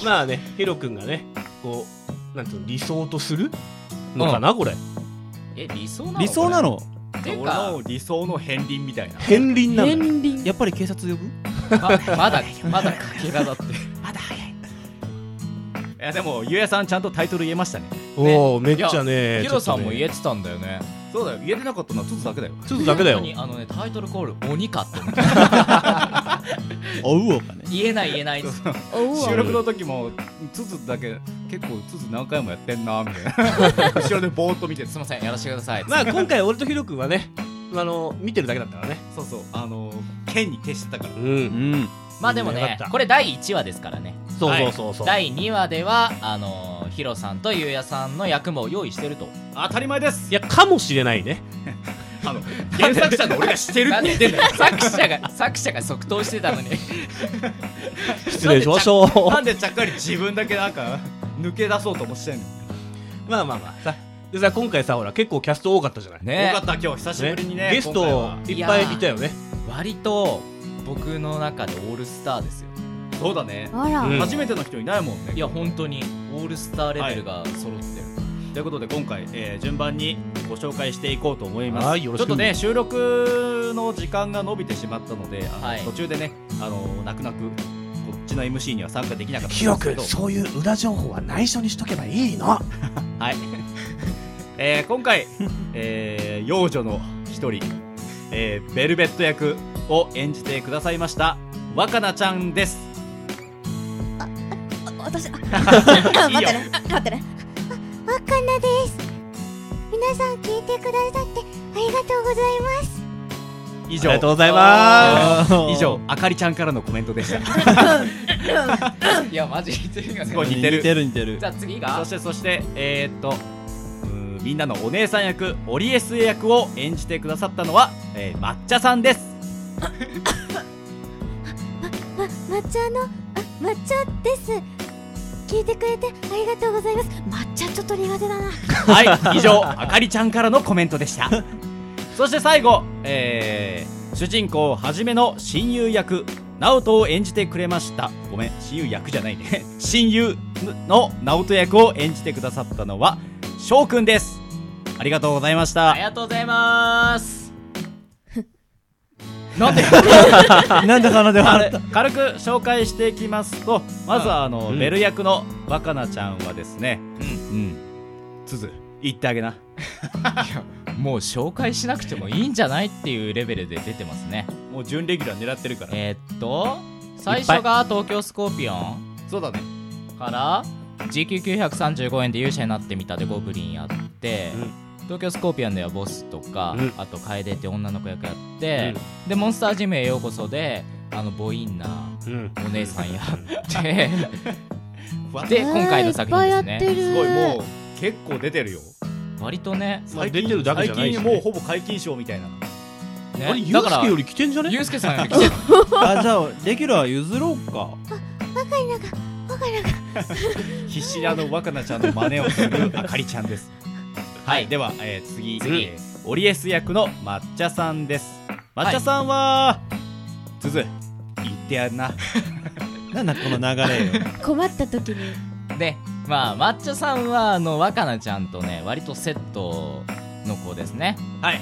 まあねヒロ君がねこうなんつうの理想とするのかな、これ
え理想なの
理想なの
ていう
俺
か
の理想の片鱗みたいな
片鱗なの
片
やっぱり警察呼ぶ
ままだ
まだ怪我だっ て
いやでもゆうやさんちゃんとタイトル言えましたね
お
おめっちゃね
ヒロさんも言えてたんだよね
そうだよ言えてなかったのはちょっとだけだよ
ちょっとだけだよ
本当にあのねタイトルコール鬼かって思った
おうお かね
言えない言えない
収録の時もつづだけ結構つづ何回もやってんなみたい な後ろでぼーっと見てすみませんやらせてください
まあ今回俺とヒロ君はねあの見てるだけだったからね
そうそうあの剣に徹してたから
うん、うん、
まあでも
よかっ
ね
た
これ第1話ですからね
そうそうそうそう
はい第2話ではあのーヒロさんとゆうやさんの役も用意してると
当たり前です
いやかもしれないね
あの原作者の俺がしてるって言ってんだよ
作者が作者が即答してたのに
失礼しましょう
なんでちゃっ かり自分だけなんか抜け出そうともしてんの
まあまあまあさでさ今回さほら結構キャスト多かったじゃない
ね多かった今日久しぶりにね
ゲストいっぱいいたよね
やー割と僕の中でオールスターですよ
そうだね
あら
初めての人いないもんね
いや本当にオールスターレベルが揃ってる、
ということで今回、えー順番にご紹介していこうと思いま
はい
すち
よ
ょ
ろ
っ
しく
とね収録の時間が伸びてしまったので、あの途中でねあの泣く泣くこっちの MC には参加できなかったんですけど
広くそういう裏情報は内緒にしとけばいいの
はい、 えー今回、えー幼女の一人、えーベルベット役を演じてくださいました若菜ちゃんです
私あ待ってねあ待ってねあわかなです皆さん聞いてくださってありがとうございます
以上
ありがとうございます
以上あかりちゃんからのコメントでした
いやマジ似てるよね
すごい似てる
似て
る似てる
じゃあ次が
そしてそしてえーっとうーみんなのお姉さん役オリエス役を演じてくださったのは、えー、抹茶さんです
ま抹茶のあ抹茶です聞いてくれてありがとうございます抹茶ちょっと苦手だ な
はい以上あかりちゃんからのコメントでしたそして最後、えー主人公はじめの親友役直人を演じてくれましたごめん親友役じゃないね親友の直人役を演じてくださったのは翔くんですありがとうございました
ありがとうございます
なん で
なんだかなで笑った
軽く紹介していきますとまずはあの、
うん
ベル役の若菜ちゃんはですねうんつづ言ってあげな
もう紹介しなくてもいいんじゃないっていうレベルで出てますね
もう準レギュラー狙ってるから
えーっと最初が東京スコーピオン
そうだね
から時給935円で勇者になってみたでゴブリンやって、東京スコーピオンではボスとか、あと楓って女の子役やって、でモンスタージムへようこそであのボインなお姉さんや って、で今回の作品ですね
すごいもう結構出てるよ
割とね
最
まあ出てる
近
だけじゃないしね
最近もうほぼ解禁賞みたいな
ね
あれ
だから
ユースケより
来てんじゃね
ユースケさんより来て る
あじゃあレギュラー譲ろうか
必死にあの若菜ちゃんの真似をするあかりちゃんですはい、では、えー次
次
えーオリエス役の抹茶さんです抹茶さんは、つづ 言ってやんな
なんだこの流れよ
困った時に
でまあ抹茶さんはあの若菜ちゃんとね割とセットの子ですね
はい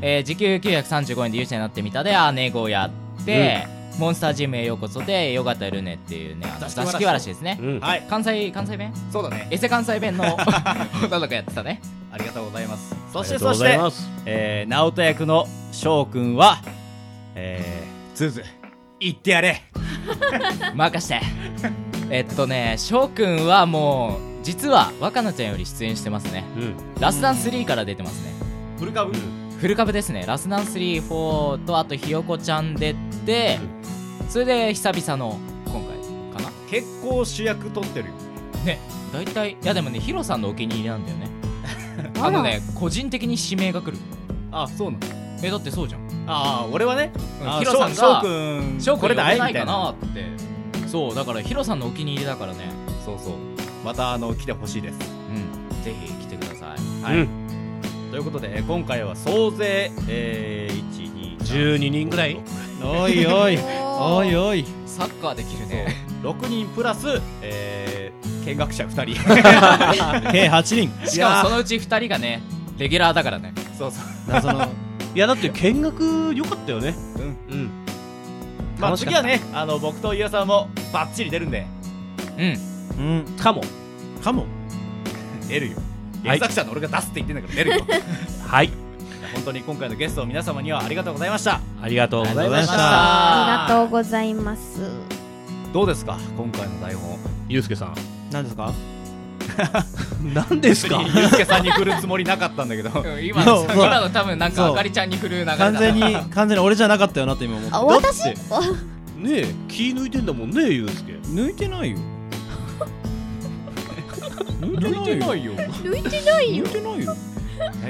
えー時給935円で勇者になってみたで姉子やって、モンスタージムへようこそでよかったるねっていうねあの座敷わらしですね、
はい
関西関西弁
そうだね
エセ関西弁 の女の子やってたね
ありがとうございますそし
あ
て
りがと
そ
ござ
うし
い
て
ます、
えー、直人役の翔くんはえー、ズズ言って やれ
任してえっとね翔くんはもう実は若菜ちゃんより出演してますね、ラスダン3から出てますね
フルカブ
フル株ですねラスナン34とあとひよこちゃん出てそれで久々の今回かな
結構主役取ってるよ
ね大体いやでもねヒロさんのお気に入りなんだよね
あら
あのね個人的に指名が来る
あそうなの
えだってそうじゃん
ああ俺はねあ
ヒロさんが
翔くん
翔くん
これ
呼
だい
べな
み
い
た
か
いな
なってそうだからヒロさんのお気に入りだから ね
そうそうまたあの来てほしいです
うんぜひ来てください
はい、ということでえー今回は総勢えー、1212人ぐらい
おいおいおい
おい
サッカーできるね
6人プラス、えー、見学者2 人
計
8
しかもそのうち2人がねレギュラーだからね
そうそう
だからそのいやだって見学良かったよね
うん
うん
まあ
楽し
次
かっ
は
た
ねあの僕と伊代さんもバッチリ出るんで
うんかもかも
出るよ原作者の俺が出すって言ってんだから出るよ
はい
本当に今回のゲスト皆様にはありがとうございました
ありがとうございまし
あり
あ
がとうございます
どうですか今回の台本
ゆうすけさん
何ですか
何
ですか
ゆうすけさんに振るつもりなかったんだけど
今の
そう
今の多分なんか
そう
あかりちゃんに振る流れだな
完全に完全に俺じゃなかったよなって今思った
あ私
だってねえ気抜いてんだもんねゆうすけ抜いてないよ抜いてないよ
抜いてないよ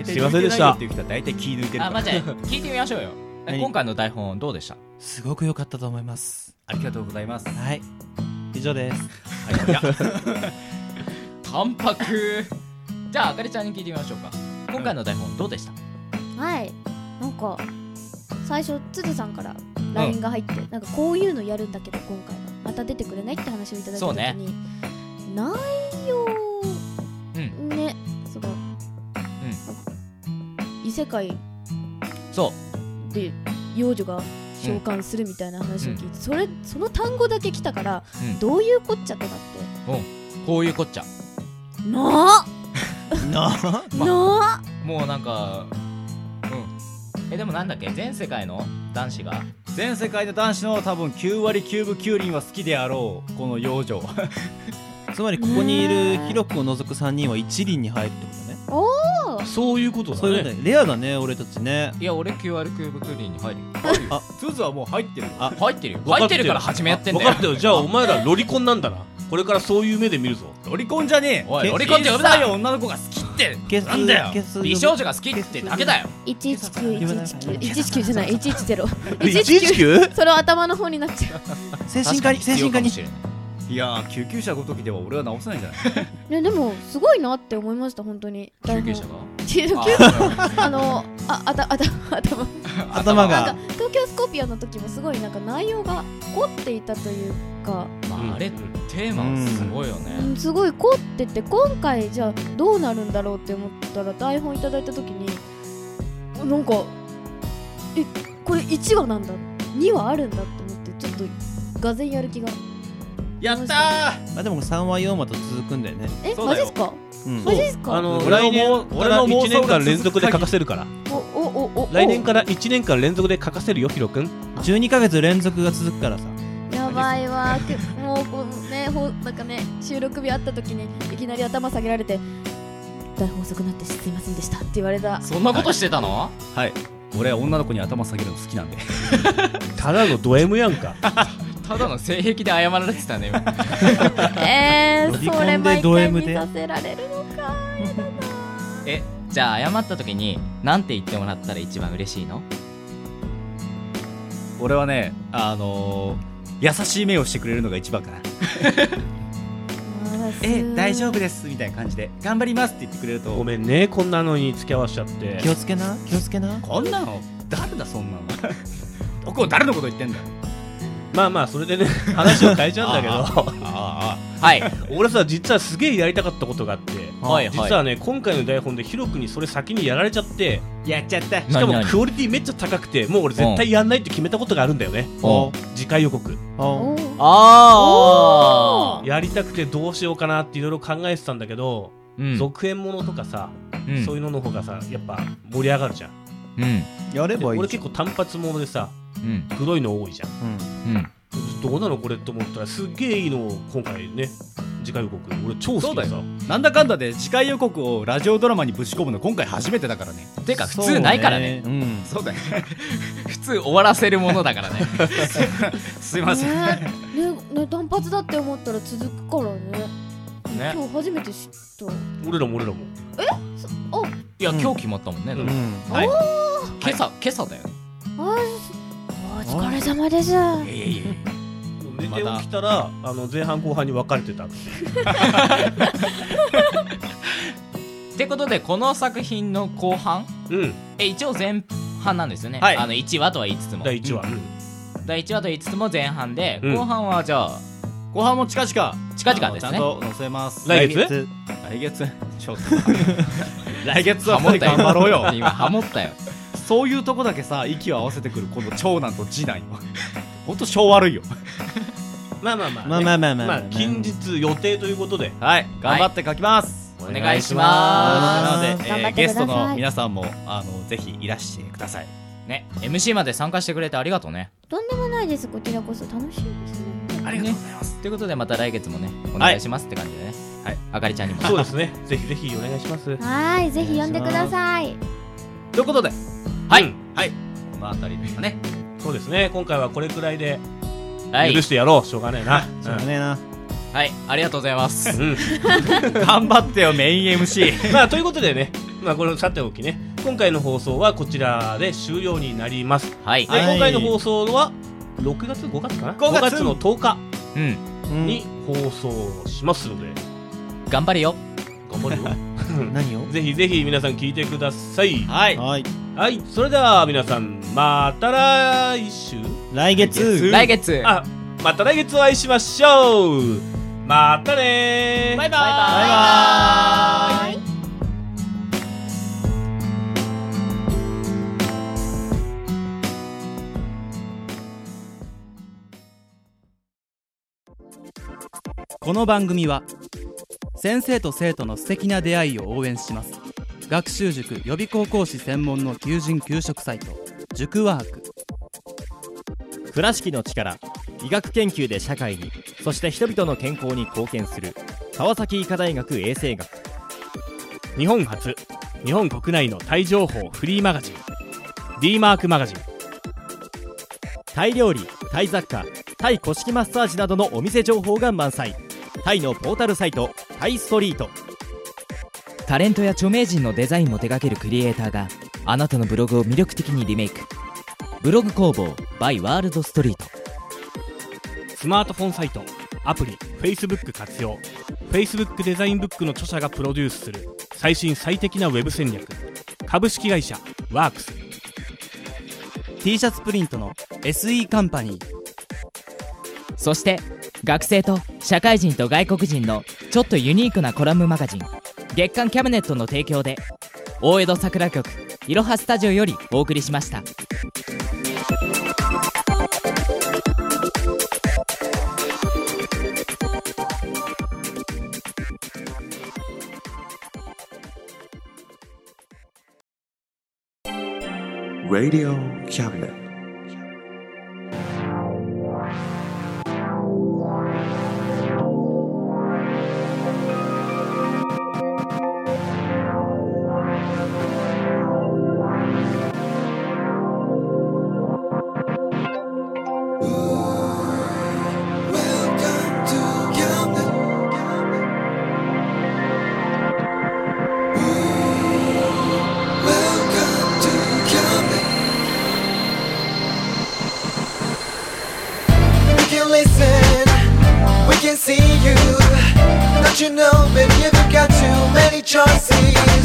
すいませんでし
大
た
体抜いてないよっていう人は大体気抜いてる
あまあじゃあ聞いてみましょう よ今回の台本どうでした
すごく良かったと思います
ありがとうございます
はい以上です
いや
淡白 じゃああかりちゃんに聞いてみましょうか今回の台本どうでした、
はいなんか最初つずさんから LINE が入って、なんかこういうのやるんだけど今回はまた出てくれないって話をいただいた
そう
時
ね
に、内容ねその異世界
そう
で幼女が召喚するみたいな話を聞いて、
うん
それその単語だけ来たから、
うん
どういうこっちゃってなっ
うんこういうこっちゃ
てなあ
な
な
もうなんかうんえでもなんだっけ全世界の男子が
全世界の男子の多分9割9分9厘は好きであろうこの養女
つまりここにいるヒロ君を除く3人は一輪に入るってことね
おお
そういうことだねそういうことだよレアだね俺たちね
いや俺 QR キューブクリーンに入る
あ
ツズはもう入ってる
あ
入ってるよ
入ってるから
初めやってんだよ
分かったよじゃあお前らロリコンなんだなこれからそういう目で見るぞ
ロリコンじゃねえ
おい
け
ロリコンって呼ぶな
小さい女の子が好きって
ケツ
なんだよ
ケツ
美少女が好きってだけだよ
119119じゃない110
119
それ頭の方になっちゃう
精
神科に
精神科にいやー救急車ごときでは俺は直せないんじゃない
ねでもすごいなって思いました本当に
救急車が
救急
あ
あのああたあた頭
頭
な
が
んか東京スコーピオンの時もすごいなんか内容が凝っていたというか、
まああれテーマはすごいよね、
うんすごい凝ってて今回じゃあどうなるんだろうって思ったら台本いただいた時になんかえこれ1話なんだ2話あるんだと思ってちょっとがぜんやる気が
やった
まあでも3話4話と続くんだよね
えマジっすか
うん
マジっすか
あの
来
来
年
年
俺
俺
の
の
妄
1
想
年
が続く限
間
り
連続で書かせるから
おおおお
来年から1年間連続で書かせるよヒロ君
12ヶ月連続が続くからさ
やばいわけもうこのねほなんかね収録日あった時にいきなり頭下げられて台本遅くなってすいませんでしたって言われた
そんなことしてたの
はい俺は女の子に頭下げるの好きなんで
ただのド M やんか
ただの性癖で謝られてたね今
え
ロ
ー、
リコン
それ
で
毎
ド
回
M
見
で
させられるのか
えじゃあ謝った時になんて言ってもらったら一番嬉しい の
俺はねあのー、優しい目をしてくれるのが一番かなえ大丈夫ですみたいな感じで頑張りますって言ってくれると
ごめんねこんなのに付き合わしちゃって
気をつけな気をつけな
こんなの誰だそんなのおこ誰のこと言ってんだよ
まあまあそれでね 話を変えちゃうんだけどはい俺さ実はすげえやりたかったことがあって、
はいはい
実はね今回の台本でヒロ君にそれ先にやられちゃって
やっちゃった
しかもクオリティめっちゃ高くてもう俺絶対やんないって決めたことがあるんだよね
お
次回予告
あ
やりたくてどうしようかなっていろいろ考えてたんだけど、
うん
続編ものとかさ、
うん
そういうのの方がさやっぱ盛り上がるじゃん
うん
やればいい俺結構単発ものでさ、
うん
黒いの多いじゃん、
うん
どうなのこれと思ったらすっげえいいのを今回ね次回予告俺超
そ
好
う
き
だ
で
よ
さ
なんだかんだで次回予告をラジオドラマにぶち込むの今回初めてだからね
てか普通ないからね
そううん
そうだよ普通終わらせるものだからね
す
い
ません
ねねね単発だって思ったら続くからね
ね
今日初めて知った
俺らも俺らも
えそあ
いや今日決まったもんねだって
はい
今朝今朝だよね
あお疲れ様です
寝て起きたらあの前半後半に分かれてた
ってことでこの作品の後半、え一応前半なんですよね、
はい
あの1話とは言いつつも
第1話、
第1話と言いつつも前半で、
うん
後半はじゃあ
後半も近々
近々ですね
あのちゃんと載せます
来月
来月ちょっと来月はもう頑張ろうよ
今ハモったよ
そういうとこだけさ息を合わせてくるこの長男と次男よほんと性悪いよ
まあまあまあね、
まあまあまあまあまあ
近日予定ということで
はい頑張って書きます、
はいお願いします
なので、え
頑張
ー
っ
ゲ
てください
ストの皆さんもあのぜひいらしてください
ね MC まで参加してくれてありがとうね
とんでもないですこちらこそ楽しいですね
ありがとうございますということでまた来月もねお願いしますって感じでねはいあかりちゃんにも
そうですねぜひぜひお願いします
はーいぜひ呼んでください
ということで
はい、
はいこの辺りですかね
そうですね今回はこれくらいで
はい
許してやろうしょうがねえなしょうが
ねえなはいありがとうございます、
頑張ってよメイン MC
まあということでねまあこれさておきね今回の放送はこちらで終了になります
はい
で今回の放送は6月5月かな
5月
の10日
うん
に放送しますので
頑張れよ
頑張るよ何を ぜひぜひ皆さん聞いてくださいはいはい、それでは皆さんまた来週
来月
来月
あまた来月お会いしましょうまたねバイバイバイバイ
この番組は先生と生徒の素敵な出会いを応援します学習塾予備高校師専門の求人・給食サイト塾ワーク
倉敷の力医学研究で社会にそして人々の健康に貢献する川崎医科大学衛生学
日本初日本国内のタイ情報フリーマガジン D マークマガジン
タイ料理タイ雑貨タイ古式マッサージなどのお店情報が満載タイのポータルサイトタイストリート
タレントや著名人のデザインも手掛けるクリエイターがあなたのブログを魅力的にリメイクブログ工房 by ワールドストリート
スマートフォンサイト、アプリ、Facebook 活用。Facebook デザインブックの著者がプロデュースする最新最適なウェブ戦略。株式会社、ワークス。
T シャツプリントの SE カンパニー
そして学生と社会人と外国人のちょっとユニークなコラムマガジン月刊キャムネットの提供で大江戸桜局いろはスタジオよりお送りしました。
Radio Cabinet.
We can listen, we can see you. Don't you know, baby, you've got too many choices.